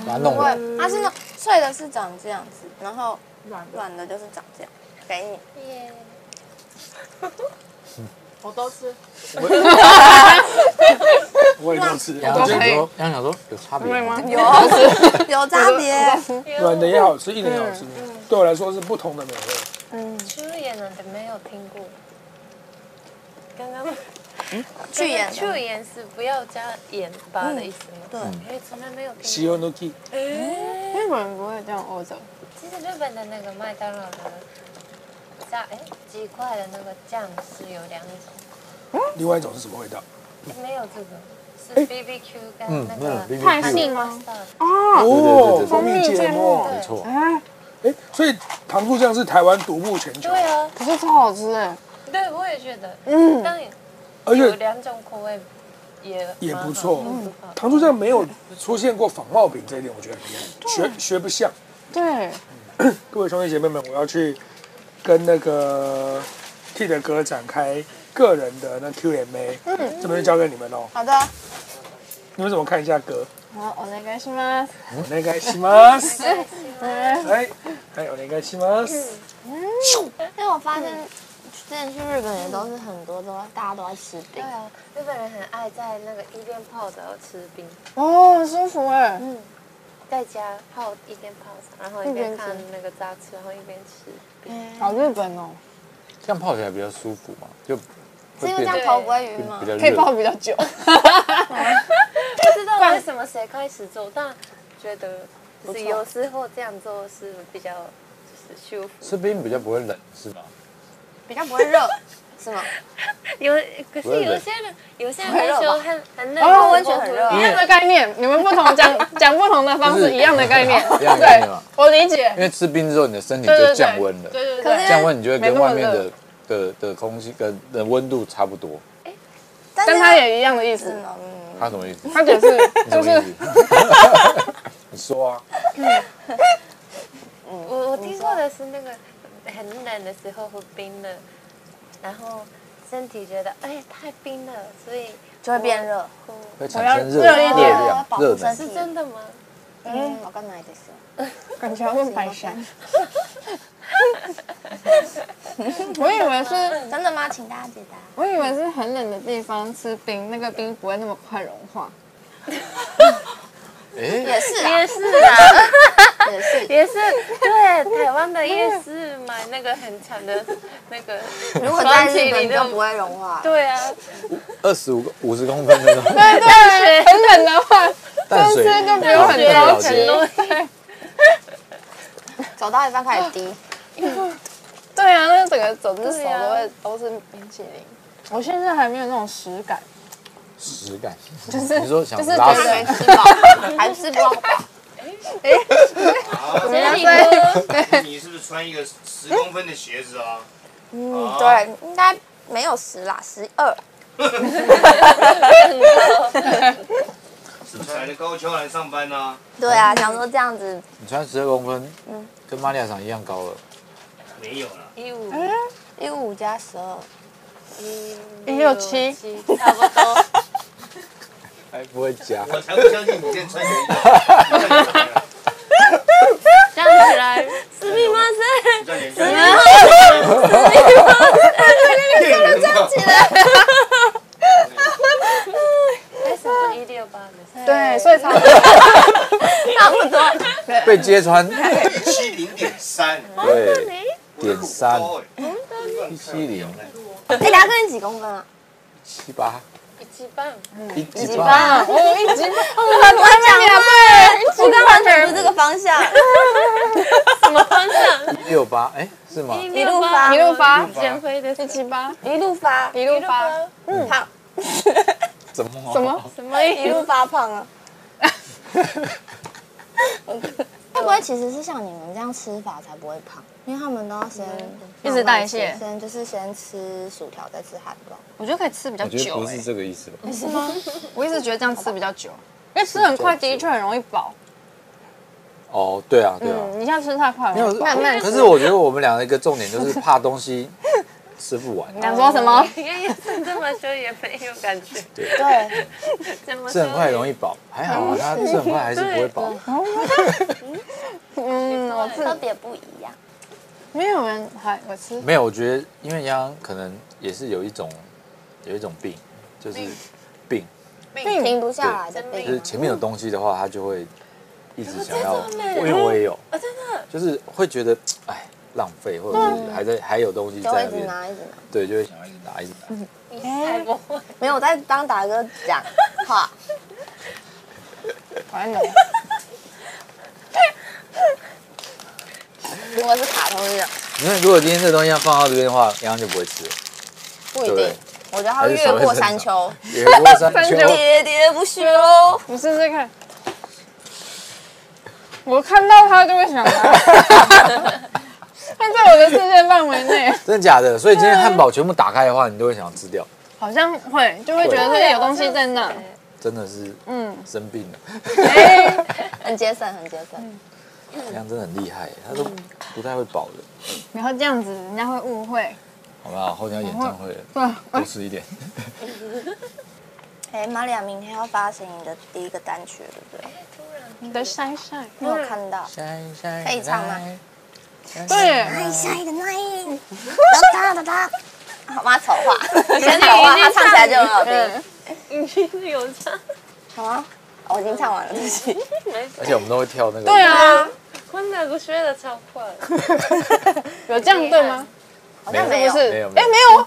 Speaker 3: 把它弄
Speaker 4: 我
Speaker 3: 完。
Speaker 4: 也它是那种脆的是长这样子，然后软的就是长这样。给你，
Speaker 5: 耶。我都吃。
Speaker 1: 我也能吃，
Speaker 3: 然
Speaker 1: 我
Speaker 3: 后
Speaker 1: 觉
Speaker 3: 想
Speaker 2: 可以
Speaker 3: 说，然后想说有差别
Speaker 2: 对
Speaker 3: 吗
Speaker 2: 吗？？
Speaker 4: 有啊 *laughs* 有啊差别。
Speaker 1: 软的也好吃，硬的也好吃，对我来说是不同的美味。
Speaker 5: 吃盐なんて没有听过。刚刚
Speaker 4: 去盐
Speaker 5: *laughs*
Speaker 4: 的
Speaker 5: 去盐是不要加盐巴的意思吗？
Speaker 4: 对
Speaker 5: 因为从来没有听
Speaker 1: 喜
Speaker 5: 过。
Speaker 1: 欢 Nuki，
Speaker 5: 哎
Speaker 2: 日本人不会这样 order，
Speaker 5: 其实日本的那个麦当劳的炸哎几块的那个酱是有两种，
Speaker 1: 另外一种是什么味道？
Speaker 5: 没有这个是 BBQ 跟
Speaker 3: 嗯
Speaker 5: 那，
Speaker 3: 那
Speaker 5: 个
Speaker 3: 种
Speaker 2: 泰
Speaker 3: BBQ
Speaker 2: 式吗？
Speaker 5: pasta
Speaker 2: 哦，
Speaker 3: 对对对对
Speaker 1: 蜂蜜芥末
Speaker 5: 对。
Speaker 3: 没错，
Speaker 2: 哎，
Speaker 1: 哎，所以糖醋酱是台湾独步全球
Speaker 5: 对，啊，
Speaker 2: 可是超好吃哎，
Speaker 5: 对我也觉得，
Speaker 2: 嗯，
Speaker 5: 但
Speaker 1: 而
Speaker 5: 有
Speaker 1: 且
Speaker 5: 两种口味也
Speaker 1: 也
Speaker 5: 蛮
Speaker 1: 不
Speaker 5: 好
Speaker 1: 错
Speaker 5: 嗯不错
Speaker 1: 糖醋酱没有出现过仿冒品这一点，我觉得很厉害，学学不像。
Speaker 2: 对，
Speaker 1: 各位兄弟姐妹们，我要去跟那个 T 的哥展开个人的那 Q&A，这边就交给你们喽。
Speaker 4: 嗯好的，
Speaker 1: 你们怎么看一下哥？
Speaker 2: 好，お願いします。
Speaker 1: お願いし
Speaker 4: *laughs*
Speaker 1: ます。
Speaker 2: 嗯
Speaker 1: はい、はい、お願いします。
Speaker 4: 嗯因为我发现之前去日本也都是很多都大家都在吃
Speaker 5: 对
Speaker 4: 饼，
Speaker 5: 啊，日本人很爱在那个一边泡着吃冰，
Speaker 2: 哦，很舒服哎，
Speaker 5: 嗯，在家泡一边泡着，然后一边看那个杂志，然后一边吃冰。
Speaker 2: 好日本哦，
Speaker 3: 这样泡起来比较舒服嘛，就会
Speaker 4: 是因为这
Speaker 3: 变
Speaker 4: 样
Speaker 3: 得
Speaker 4: 头不会晕吗
Speaker 3: 比？较
Speaker 2: 可以泡
Speaker 3: 热。
Speaker 2: 比较久。
Speaker 5: 不知道为什么谁开始做，但觉得就是有时候这样做是比较就是舒服。
Speaker 3: 吃冰比较不会冷是吧？
Speaker 4: 比较不会热，是 *laughs* 吗？
Speaker 5: 有可是有些人有些人会说很很热，
Speaker 2: 哦温
Speaker 4: 泉很热啊
Speaker 2: 一样的概念，你们不同讲讲不同的方
Speaker 3: 就
Speaker 2: 式，
Speaker 3: 是
Speaker 2: 一样的概念。
Speaker 3: 一样的概念
Speaker 2: 对
Speaker 3: 嘛，
Speaker 2: 我理解
Speaker 3: 因。为吃冰之后你的身体
Speaker 2: 对对
Speaker 3: 就
Speaker 2: 对，
Speaker 3: 降温了，
Speaker 2: 对对
Speaker 4: 可是
Speaker 2: 对，
Speaker 3: 降温你就会跟外面
Speaker 2: 没
Speaker 3: 的的的空气跟的温度差不多。
Speaker 4: 但
Speaker 2: 但他也一样的意思。
Speaker 4: 嗯，
Speaker 3: 他什么意思？
Speaker 2: 他解释
Speaker 3: 你什么
Speaker 2: 就是
Speaker 3: 意思？你说啊，
Speaker 5: 我我听说的是那个很冷的时候会冰的，然后身体觉得哎太冰了，所以
Speaker 4: 就会变热。
Speaker 5: 哭。
Speaker 3: 会产生热
Speaker 2: 我要热一点
Speaker 3: 热
Speaker 4: 我要
Speaker 3: 量
Speaker 4: 保护
Speaker 3: 热
Speaker 4: 身
Speaker 3: 能
Speaker 4: 体。
Speaker 5: 是真的吗？
Speaker 4: 嗯，我刚买的是。
Speaker 2: 感觉要问白山。我以为是，
Speaker 4: *laughs* 真的吗？请大家解答。
Speaker 2: 我以为是很冷的地方吃冰，那个冰不会那么快融化。
Speaker 3: 哎，
Speaker 4: 也是啊，
Speaker 5: 是啊，
Speaker 4: 也 *laughs* 是。
Speaker 5: 也是对，台湾的夜市买那个很长的那个，
Speaker 4: 如果在日本就不会融化。
Speaker 5: 对啊，
Speaker 3: 二十五五十公分那
Speaker 2: *laughs*
Speaker 3: 种
Speaker 2: 对对，很冷啊的话，
Speaker 3: 淡水，
Speaker 2: 但是就不用很
Speaker 3: 了
Speaker 2: 着
Speaker 3: 解
Speaker 2: 急。
Speaker 4: 走到一半开始滴。
Speaker 2: 对啊，那整个整只手
Speaker 5: 对啊
Speaker 2: 都会都是冰淇淋。我现在还没有那种实感，
Speaker 3: 实感。
Speaker 2: 就是
Speaker 3: 你说想
Speaker 2: 就是
Speaker 3: 拉
Speaker 2: 觉
Speaker 3: 屎
Speaker 2: 得
Speaker 4: 没吃 *laughs* 饱，还吃不饱。
Speaker 2: 所以
Speaker 6: 你是不是穿一个十公分的鞋子啊？
Speaker 4: 嗯，对，应该没有十啦，十二。
Speaker 6: 是不是踩着高跷来上班呢、
Speaker 4: 对啊，想说这样子，
Speaker 3: 你穿十二公分，
Speaker 2: 嗯
Speaker 3: 跟玛利亚长一样高了。
Speaker 6: 没有了，
Speaker 5: 一五
Speaker 4: 一五加十 *laughs* 二，
Speaker 5: 一
Speaker 2: 一六七，
Speaker 5: 差不多。
Speaker 3: 还哎不会夹，
Speaker 6: 我才不相信你今天穿泳衣。
Speaker 5: 站起来，
Speaker 6: 斯密马森，站起来，你站起来。
Speaker 5: 为什么一六八的？
Speaker 2: 对，所以差不多。
Speaker 3: 被揭
Speaker 2: *laughs*
Speaker 3: 穿。
Speaker 6: 七零点三，
Speaker 3: 对，点三
Speaker 6: 一
Speaker 3: 七零
Speaker 4: 哎，大哥你几公分啊？
Speaker 3: 七八
Speaker 5: 一七半，
Speaker 2: 嗯
Speaker 3: 一七八，
Speaker 2: 啊，我一直
Speaker 4: *laughs* 我讲啊对，我刚完全不是这个方 *laughs* 向。
Speaker 5: 什么方向？
Speaker 3: 一六八，哎，是吗？
Speaker 5: 一
Speaker 4: 一路发
Speaker 2: 一路发
Speaker 5: 减肥的一七
Speaker 2: 七八
Speaker 4: 一路发，
Speaker 2: 一路发，
Speaker 5: 八，
Speaker 4: 好，
Speaker 3: 怎么？
Speaker 2: 什么？
Speaker 5: 什么意
Speaker 4: 一路发胖啊。会不会其实是像你们这样吃法才不会胖？因为他们都要先
Speaker 2: 一直代谢
Speaker 4: 先就是先吃薯条，再吃汉堡。
Speaker 2: 我觉得可以吃比
Speaker 3: *laughs*
Speaker 2: 较
Speaker 3: 我觉得
Speaker 2: 久
Speaker 3: 不
Speaker 2: 哎、
Speaker 3: 是这个意思吧？
Speaker 2: 是吗？我一直觉得这样吃比较久，因为吃很快的确很容易饱。
Speaker 3: 哦，对啊，对啊。
Speaker 2: 嗯，你现在吃太快
Speaker 3: 没有
Speaker 2: 了，慢慢
Speaker 3: 可
Speaker 2: 吃。
Speaker 3: 是我觉得我们俩的一个重点就是怕东西吃不完，
Speaker 2: 你想说什么？
Speaker 5: 因为这么说也没有感
Speaker 2: *laughs*
Speaker 5: 觉，
Speaker 2: 啊
Speaker 4: 对，
Speaker 5: 怎么
Speaker 3: 吃
Speaker 5: 说
Speaker 3: 很快容易饱，还好啊，它吃很快还是不会饱。
Speaker 2: 嗯，我
Speaker 4: 特
Speaker 2: 是
Speaker 4: 别不一样。
Speaker 2: 没有人还我吃
Speaker 3: 没有，我觉得因为央央可能也是有一种有一种病，就是病，
Speaker 4: 停不下来的
Speaker 5: 对
Speaker 3: 就是
Speaker 4: 病，
Speaker 3: 前面有东西的话，他就会一直想要。
Speaker 5: 这种欸
Speaker 3: 因为我也有，
Speaker 5: 啊，真的
Speaker 3: 就是会觉得哎浪费，或者是还在还有东西
Speaker 4: 就会一
Speaker 3: 在那
Speaker 4: 直
Speaker 3: 边，
Speaker 4: 拿一直拿。
Speaker 3: 对，就会想要一直拿一直拿。
Speaker 5: 你才不会，
Speaker 4: 没有，我在帮达哥讲话。
Speaker 2: 完了。
Speaker 4: 如果是卡通人，
Speaker 3: 因为如果今天这东西要放到这边的话，洋洋就不会吃了，
Speaker 4: 不一
Speaker 3: 对不对
Speaker 4: 定。我觉得他会越过山丘，
Speaker 3: 也不会三秋
Speaker 2: 三秋
Speaker 4: 喋喋不休。
Speaker 2: 我试试看。我看到它就会想 *laughs* 拿，它在我的视线范围内，
Speaker 3: 真的假的？所以今天汉堡全部打开的话，你都会想要吃掉，
Speaker 2: 好像会就会觉得是有东西在那。
Speaker 4: 啊
Speaker 3: 真的是
Speaker 2: 嗯，
Speaker 3: 生病了。
Speaker 2: 哎，
Speaker 4: *laughs* 很节省，很节省。
Speaker 3: *laughs* 洋洋真的很厉害，他都不太会饱的，
Speaker 2: 然后这样子人家会误会。
Speaker 3: 好不好？后天要演唱会了，
Speaker 2: 对，
Speaker 3: 多吃一点。
Speaker 4: 哎，玛利亚明天要发行你的第一个单曲，对不对？
Speaker 2: 你的晒晒。
Speaker 4: 你有看到？可
Speaker 3: 可
Speaker 4: 以唱吗？
Speaker 2: 对，
Speaker 4: 爱下一个 night，哒哒哒哒。好吗？丑话， *laughs* 先丑话，他唱起来就很好听。
Speaker 2: 嗯，
Speaker 5: 你其实有差，
Speaker 4: 好吗？哦我已经唱完了，对不起。
Speaker 5: 没事
Speaker 3: 而且我们都会跳那个。
Speaker 2: 对，啊，
Speaker 5: 我哪个学的超快？
Speaker 2: 有这样对吗？
Speaker 4: 好
Speaker 3: 没有
Speaker 4: 像没
Speaker 2: 不
Speaker 4: 有，
Speaker 2: 是，
Speaker 3: 没有
Speaker 2: 哎，没有，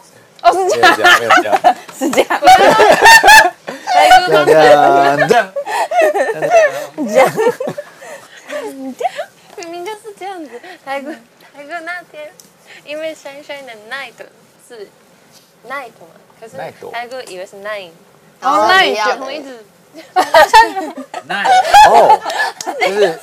Speaker 2: 哦，是
Speaker 3: 没
Speaker 2: 这
Speaker 3: 有这。
Speaker 2: 样
Speaker 3: 样，没有这样。
Speaker 4: 是这样。
Speaker 3: 这样这样这样，
Speaker 5: 明明就是这样子。台哥，台哥那天因为 sunshine 的 night 是 night 嘛，可是
Speaker 3: Night
Speaker 5: 台哥以为是 nine，
Speaker 4: 好
Speaker 2: 那你
Speaker 4: 不要
Speaker 2: 就
Speaker 5: 然后一直
Speaker 3: 奈哦，就是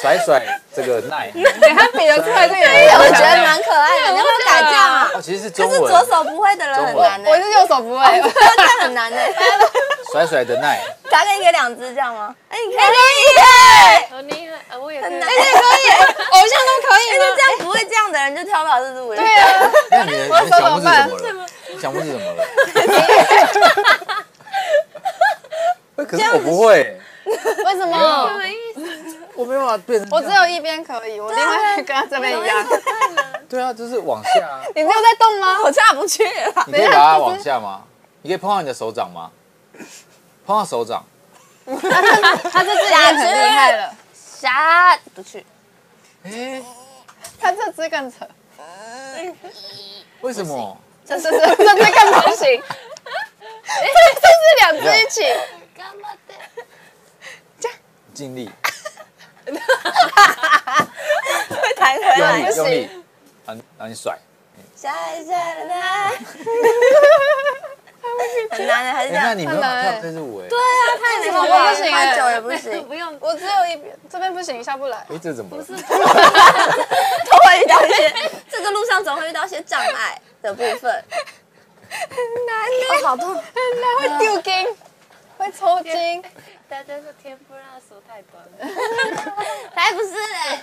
Speaker 3: 甩甩这个奈。
Speaker 2: 给他比得出来这个
Speaker 4: 哎
Speaker 2: 有
Speaker 4: 我觉得蛮可爱的，你要不要改这样啊？
Speaker 3: 哦，其实是
Speaker 4: 可
Speaker 3: 中
Speaker 4: 是
Speaker 3: 文
Speaker 4: 左手不会的人很难欸呢、 *laughs*
Speaker 2: 我是右手不会，
Speaker 4: 这很难呢、欸 *laughs*
Speaker 3: 甩甩的奈，
Speaker 4: 大概一个两只这样吗？哎、你可以耶，
Speaker 5: 好厉害啊！我也
Speaker 4: 很
Speaker 5: 看到
Speaker 4: 难，哎可以。
Speaker 2: 偶像都可以
Speaker 4: 就哎
Speaker 2: 吗？
Speaker 4: 这样不会这样的人就跳不了这支舞。对
Speaker 2: 对，啊，
Speaker 3: 那你的你的小拇指怎么了？小拇指怎么了？哎可是我不会，
Speaker 2: 为什么
Speaker 5: 什？么意思？
Speaker 3: 我没有办法变成这
Speaker 2: 我
Speaker 3: 样。
Speaker 2: 只有一边可以，我另外跟他这边一样。
Speaker 3: 对啊，就是往下啊。
Speaker 2: 你没有在动吗？啊
Speaker 4: 我下不去了。
Speaker 3: 你可以把它往下吗？你可以碰到你的手掌吗？碰到手掌，
Speaker 2: 他这次也很厉害了，
Speaker 4: 啥？不去。
Speaker 3: 哎，
Speaker 2: 他这次更扯，
Speaker 3: 为什么？
Speaker 2: 这次这次更不行。这是两只一起，
Speaker 3: 尽力，
Speaker 4: 会弹回
Speaker 3: 用
Speaker 4: 来。
Speaker 3: 力，用力，啊，然后你甩。
Speaker 4: 下一下来。很难的，还是
Speaker 3: 哎，
Speaker 4: 这样
Speaker 3: 那。你没有办法跳这支舞哎。对。
Speaker 4: 太难
Speaker 2: 我不行
Speaker 4: 太
Speaker 2: 哎
Speaker 4: 久也不行，
Speaker 5: 不用，
Speaker 2: 我只有一边，这边不行，下不来。
Speaker 3: 哎，这怎么了？
Speaker 4: 都会遇到一些，这个路上总会遇到一些障碍的部分。难，好痛。
Speaker 2: 他会丢筋，会抽筋。
Speaker 5: 大家说天不让手太短了。
Speaker 4: 才不是嘞，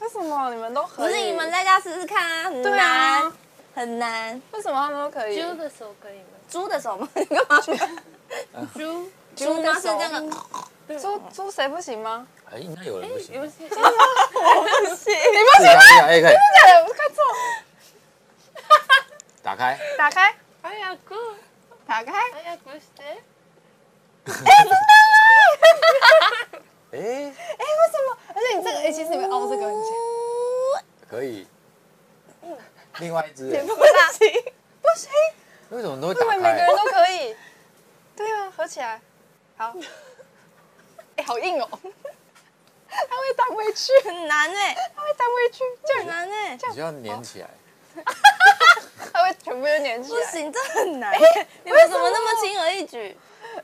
Speaker 2: 为什么你们都可
Speaker 4: 不
Speaker 2: 以？
Speaker 4: 是你们在家试试看啊，很
Speaker 2: 对
Speaker 4: 难
Speaker 2: 啊，
Speaker 4: 很难。
Speaker 2: 为什么他们都可以？
Speaker 5: 猪的手可以吗？
Speaker 4: 猪的手吗？你干嘛？
Speaker 3: 啊
Speaker 5: 猪，
Speaker 4: 猪呢是这个，
Speaker 2: 猪猪谁不行吗？
Speaker 3: 哎，应该有人不行。
Speaker 5: 有些
Speaker 3: *laughs*
Speaker 2: 你哎不
Speaker 3: 是
Speaker 2: 行，
Speaker 3: 啊是啊哎，可以
Speaker 2: 假的，快做，
Speaker 3: 打开。
Speaker 2: 打开，
Speaker 5: 哎呀哥，
Speaker 2: 打开。
Speaker 5: 哎呀哥して。
Speaker 3: 哎，
Speaker 2: 为什么？而且你这个，哎，其实你们凹这个很强。
Speaker 3: 可以。
Speaker 2: 嗯
Speaker 3: 另外一只哎，
Speaker 2: 不行，不行，
Speaker 3: 为什么都会
Speaker 2: 你
Speaker 3: 打
Speaker 2: 们每个
Speaker 3: 开
Speaker 2: 人？都可以。对啊，合起来，好。 *laughs* 哎，好硬哦。 *laughs* 他会弹回去，
Speaker 4: *laughs*
Speaker 2: *laughs*
Speaker 4: 很难哎，
Speaker 2: 他会弹回去，这样
Speaker 4: 很难哎。
Speaker 3: 你就要粘起来。
Speaker 2: 他会全部就粘起
Speaker 4: 不
Speaker 2: 来。
Speaker 4: 行，这很难。 *laughs* 你们怎么那么轻而易举？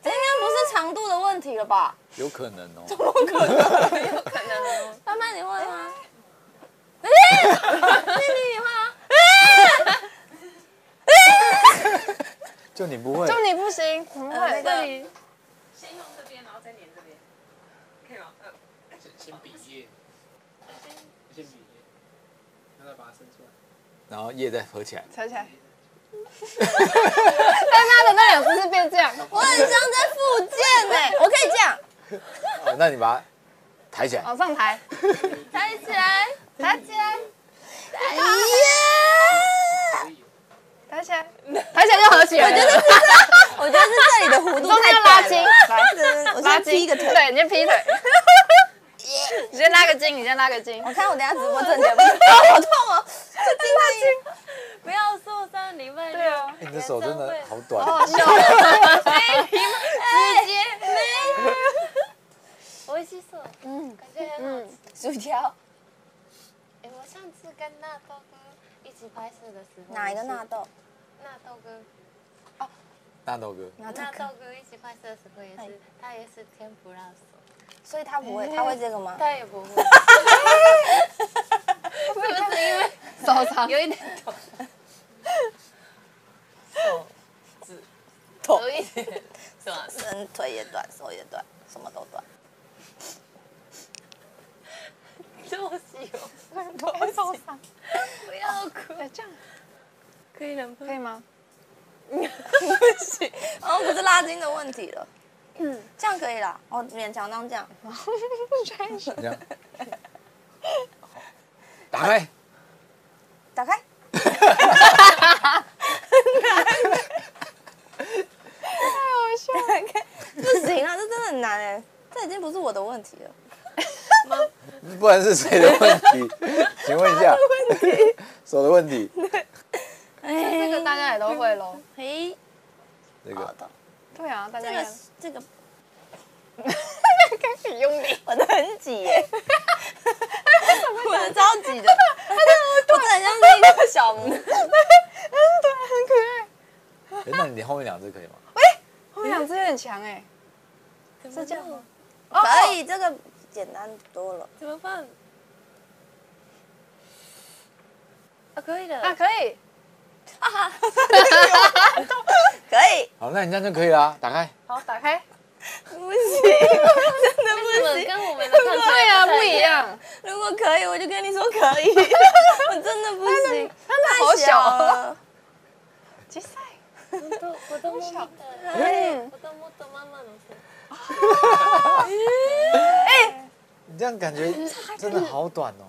Speaker 4: 这应该不是长度的问题了吧？
Speaker 3: 有可能哦。
Speaker 5: 可能
Speaker 4: 慢慢你会吗？哎啊
Speaker 3: 就你不会，
Speaker 2: 就你不行，怎么
Speaker 4: 呃那
Speaker 2: 会？
Speaker 4: 个
Speaker 2: 这里
Speaker 7: 先用这边，然后再粘这边，可以吗？嗯，
Speaker 1: 先比耶，先比耶，然后再把它伸出来。
Speaker 3: 然后叶再合起来。
Speaker 2: 扯起来。但他的那也不是变这样，
Speaker 4: 我很像在复健呢、我可以这样，
Speaker 3: 哦，那你把它抬起来。
Speaker 2: 往上抬，
Speaker 4: 抬起来，
Speaker 2: 抬起来，
Speaker 4: 哎耶！
Speaker 2: 抬起来，抬起来就合起来了。
Speaker 4: 我觉得是这里的弧度
Speaker 2: 中间
Speaker 4: 太
Speaker 2: 要
Speaker 4: 大
Speaker 2: 拉
Speaker 4: 了
Speaker 2: 筋，
Speaker 4: 对对对我
Speaker 2: 拉
Speaker 4: 先
Speaker 2: 筋
Speaker 4: 踢一个腿。
Speaker 2: 对，你先劈腿。 *laughs* 你先拉个筋，你先拉个筋。
Speaker 4: 我看我等一下直播正解吧，啊 *laughs* 好痛哦！这
Speaker 5: 不要受伤，礼拜六
Speaker 2: 啊，
Speaker 3: 哎你的手真的好
Speaker 2: 好
Speaker 3: 短，
Speaker 2: 好笑。
Speaker 4: 筋筋直接
Speaker 5: 我也是说，嗯，感觉很好吃。
Speaker 4: 薯条
Speaker 5: 哎、我上次跟纳豆哥一起拍摄的时候，
Speaker 4: 哪一个纳？豆？
Speaker 5: 纳豆哥，
Speaker 3: 大豆哥。
Speaker 4: 纳豆
Speaker 5: 纳
Speaker 4: 可，
Speaker 5: 豆哥一起拍摄的时候也
Speaker 4: 哎
Speaker 5: 是，他也是天不让手，
Speaker 4: 所以他不会，他会这个吗？
Speaker 5: 他也不会。
Speaker 2: 手长，
Speaker 5: 有一点抖，
Speaker 4: 抖
Speaker 5: 有一点短，
Speaker 4: 嗯，腿也短，手也短，什么都短。
Speaker 5: 就是有，
Speaker 2: 手长，
Speaker 5: 不要哭，
Speaker 2: 哎这样
Speaker 5: 可以能不
Speaker 2: 可以吗？
Speaker 4: 哦，不是拉筋的问题了。嗯，这样可以啦，哦，勉强当这样。
Speaker 3: 这样，打开，
Speaker 4: 打 *laughs* 开，太好笑了，不行啊，这真的很难哎，这已经不是我的问题了。
Speaker 3: 不然是谁的问题？ *laughs* 请问一下，手的问题，
Speaker 2: 这个大家也都会喽。
Speaker 4: 嘿，
Speaker 3: 这
Speaker 4: 好
Speaker 3: 个
Speaker 4: 的，
Speaker 2: 对啊，大家
Speaker 4: 这
Speaker 2: 也
Speaker 4: 个这个
Speaker 2: 开始用力。
Speaker 4: 我的很挤耶，我的超挤的，我真的很像是一个小拇指，
Speaker 3: 哎那你后面两只可以吗？
Speaker 2: 后面两只有点强哎，是这样吗？
Speaker 4: 哦可以，这个简单多了。
Speaker 5: 怎么办？啊，可以的，
Speaker 2: 啊，可以，
Speaker 4: 可以，
Speaker 3: 好，那你这样就可以啦。打开，
Speaker 2: 好，打开。
Speaker 4: 不 *laughs* 行，*laughs*
Speaker 5: 为什么跟我们的看起来
Speaker 2: 对啊，不
Speaker 5: 太
Speaker 2: 一样。
Speaker 4: 如果可以，我就跟你说可 *laughs* 以，我真的不行，
Speaker 2: 那好
Speaker 4: 太
Speaker 2: 小
Speaker 4: 小
Speaker 2: 啊。
Speaker 4: 了。
Speaker 2: 小さい。
Speaker 5: 都子供みたい。
Speaker 2: 嗯，
Speaker 5: 子供とママの手。
Speaker 3: 你这样感觉
Speaker 2: 嗯
Speaker 3: 真的好短哦。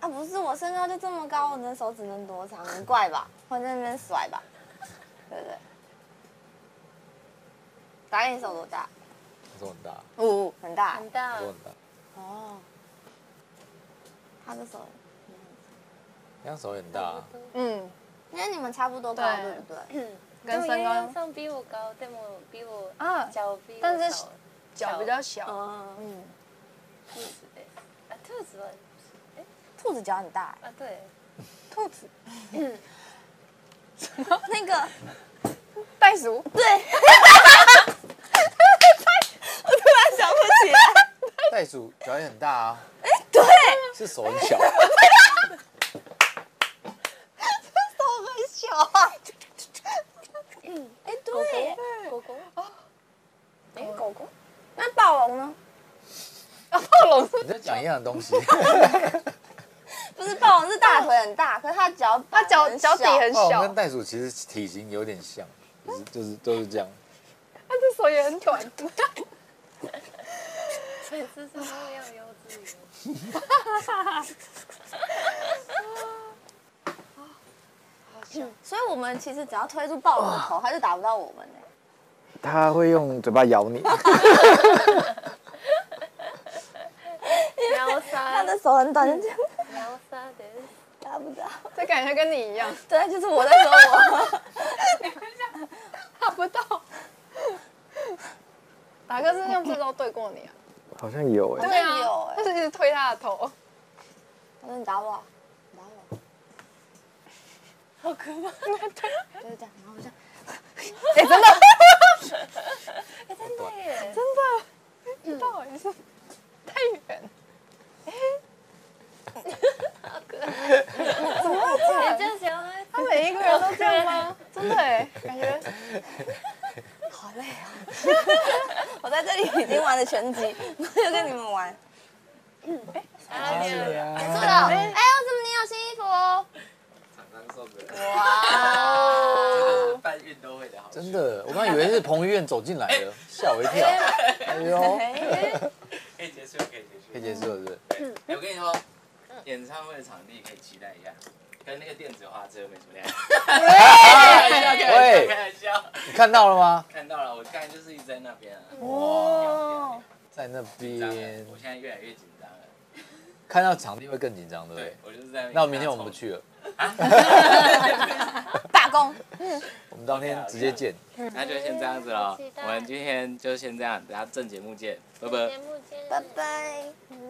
Speaker 4: 啊，不是，我身高就这么高，我的手指能多长？很怪 *laughs* 吧？我在那边甩吧，对不对？打给你手多大？
Speaker 3: 手很大，
Speaker 4: 五、很大。
Speaker 5: 很大
Speaker 3: 手。很大，
Speaker 4: 哦，他的手，
Speaker 3: 这样手很大啊。
Speaker 2: 嗯，
Speaker 4: 因为你们差不多高，
Speaker 2: 对
Speaker 4: 对不对？ *clears throat*
Speaker 5: で
Speaker 2: 嗯跟
Speaker 5: も
Speaker 2: 身
Speaker 5: 洋洋
Speaker 2: 高
Speaker 5: さん比我高，でも比我
Speaker 2: 啊
Speaker 5: 脚比我
Speaker 2: 但是
Speaker 5: 小
Speaker 2: 脚比较小，
Speaker 5: 嗯
Speaker 4: 嗯，
Speaker 5: 兔子的，啊兔子吧，
Speaker 4: 兔子脚很大，
Speaker 5: 啊对，
Speaker 2: 兔子、
Speaker 4: 那个
Speaker 2: 袋鼠，
Speaker 4: 想不起来，
Speaker 3: 袋鼠脚也很大啊，
Speaker 4: 对，
Speaker 3: 是手很小。
Speaker 4: 手很小啊。哎，对哦耶，
Speaker 5: 狗狗，
Speaker 4: 哎，狗狗，那暴龙呢？
Speaker 3: 你在讲一样的东西，
Speaker 4: 不是暴龙是大腿很大， *laughs* 可是它脚
Speaker 2: 它
Speaker 4: 板
Speaker 2: 啊脚
Speaker 4: 很
Speaker 2: 脚底
Speaker 4: 小
Speaker 3: *laughs*
Speaker 2: 很
Speaker 3: 暴龙
Speaker 2: 小
Speaker 3: 哦跟，袋鼠其实体型有点像，就是就是都是这样。
Speaker 2: 它的手也很短。
Speaker 5: 粉丝是牧羊游子鱼，
Speaker 4: 所以我们其实只要推出暴龙的 *laughs* 头，它就打不到我们哎。
Speaker 3: 它会用嘴巴咬你， *laughs*
Speaker 5: 喵
Speaker 4: 他
Speaker 5: 沙，
Speaker 4: 的手很短，就这样 *laughs*
Speaker 5: 喵沙的，
Speaker 4: 打不到。
Speaker 2: *laughs* 这感觉跟你一样，
Speaker 4: 对，就是我在 *laughs* 说我。
Speaker 2: 打 *laughs* 不到。 *laughs* 达哥是用这招对过你啊？
Speaker 3: 好像有哎。
Speaker 4: 对啊有
Speaker 2: 就
Speaker 4: 欸
Speaker 2: 是一直推他的头。
Speaker 4: 他说你打我啊，你打我啊。
Speaker 5: 好可
Speaker 4: *laughs*
Speaker 5: 怕！
Speaker 4: 就是这样，然后我就 *laughs* 哎
Speaker 5: *laughs* 欸真的耶，
Speaker 4: 嗯
Speaker 5: 欸
Speaker 2: 到底是太远，
Speaker 5: 你这样想啊，
Speaker 2: 他每一个人都这样吗？真的
Speaker 5: *laughs*
Speaker 2: 哎，感觉
Speaker 4: 好累啊！我在这里已经玩了全集， *laughs* 我就跟你们玩。
Speaker 5: 差点
Speaker 4: 结束了，哎呦，怎么你有新衣服？
Speaker 6: 厂商送的，
Speaker 4: 哇！
Speaker 6: 搬运都会的好。
Speaker 3: 真的，我刚以为是彭于晏走进来了，吓我一跳。哎呦，
Speaker 6: 可以结束，可以结束。
Speaker 3: 可以结束了是不是？
Speaker 6: 我跟你说，演唱会的场地可以期待一下，跟那个电子花车没什么两样。
Speaker 3: 喂
Speaker 6: 哎开玩笑，
Speaker 3: 哎你看到了吗？
Speaker 6: 看到了，我刚才就是一直在那边啊。
Speaker 3: 哇，在那边
Speaker 6: 我现在越来越紧张了。
Speaker 3: 看到场地会更紧张，对不
Speaker 6: 对
Speaker 3: 对，？
Speaker 6: 我就是在。
Speaker 3: 那明天我们不。去了，
Speaker 4: 啊罢工，
Speaker 3: *laughs* 我们当天直接见。
Speaker 6: 那就先这样子嗯了，我们今天就先这样，等下正节目见，拜拜
Speaker 5: 节。目见。
Speaker 4: 拜拜。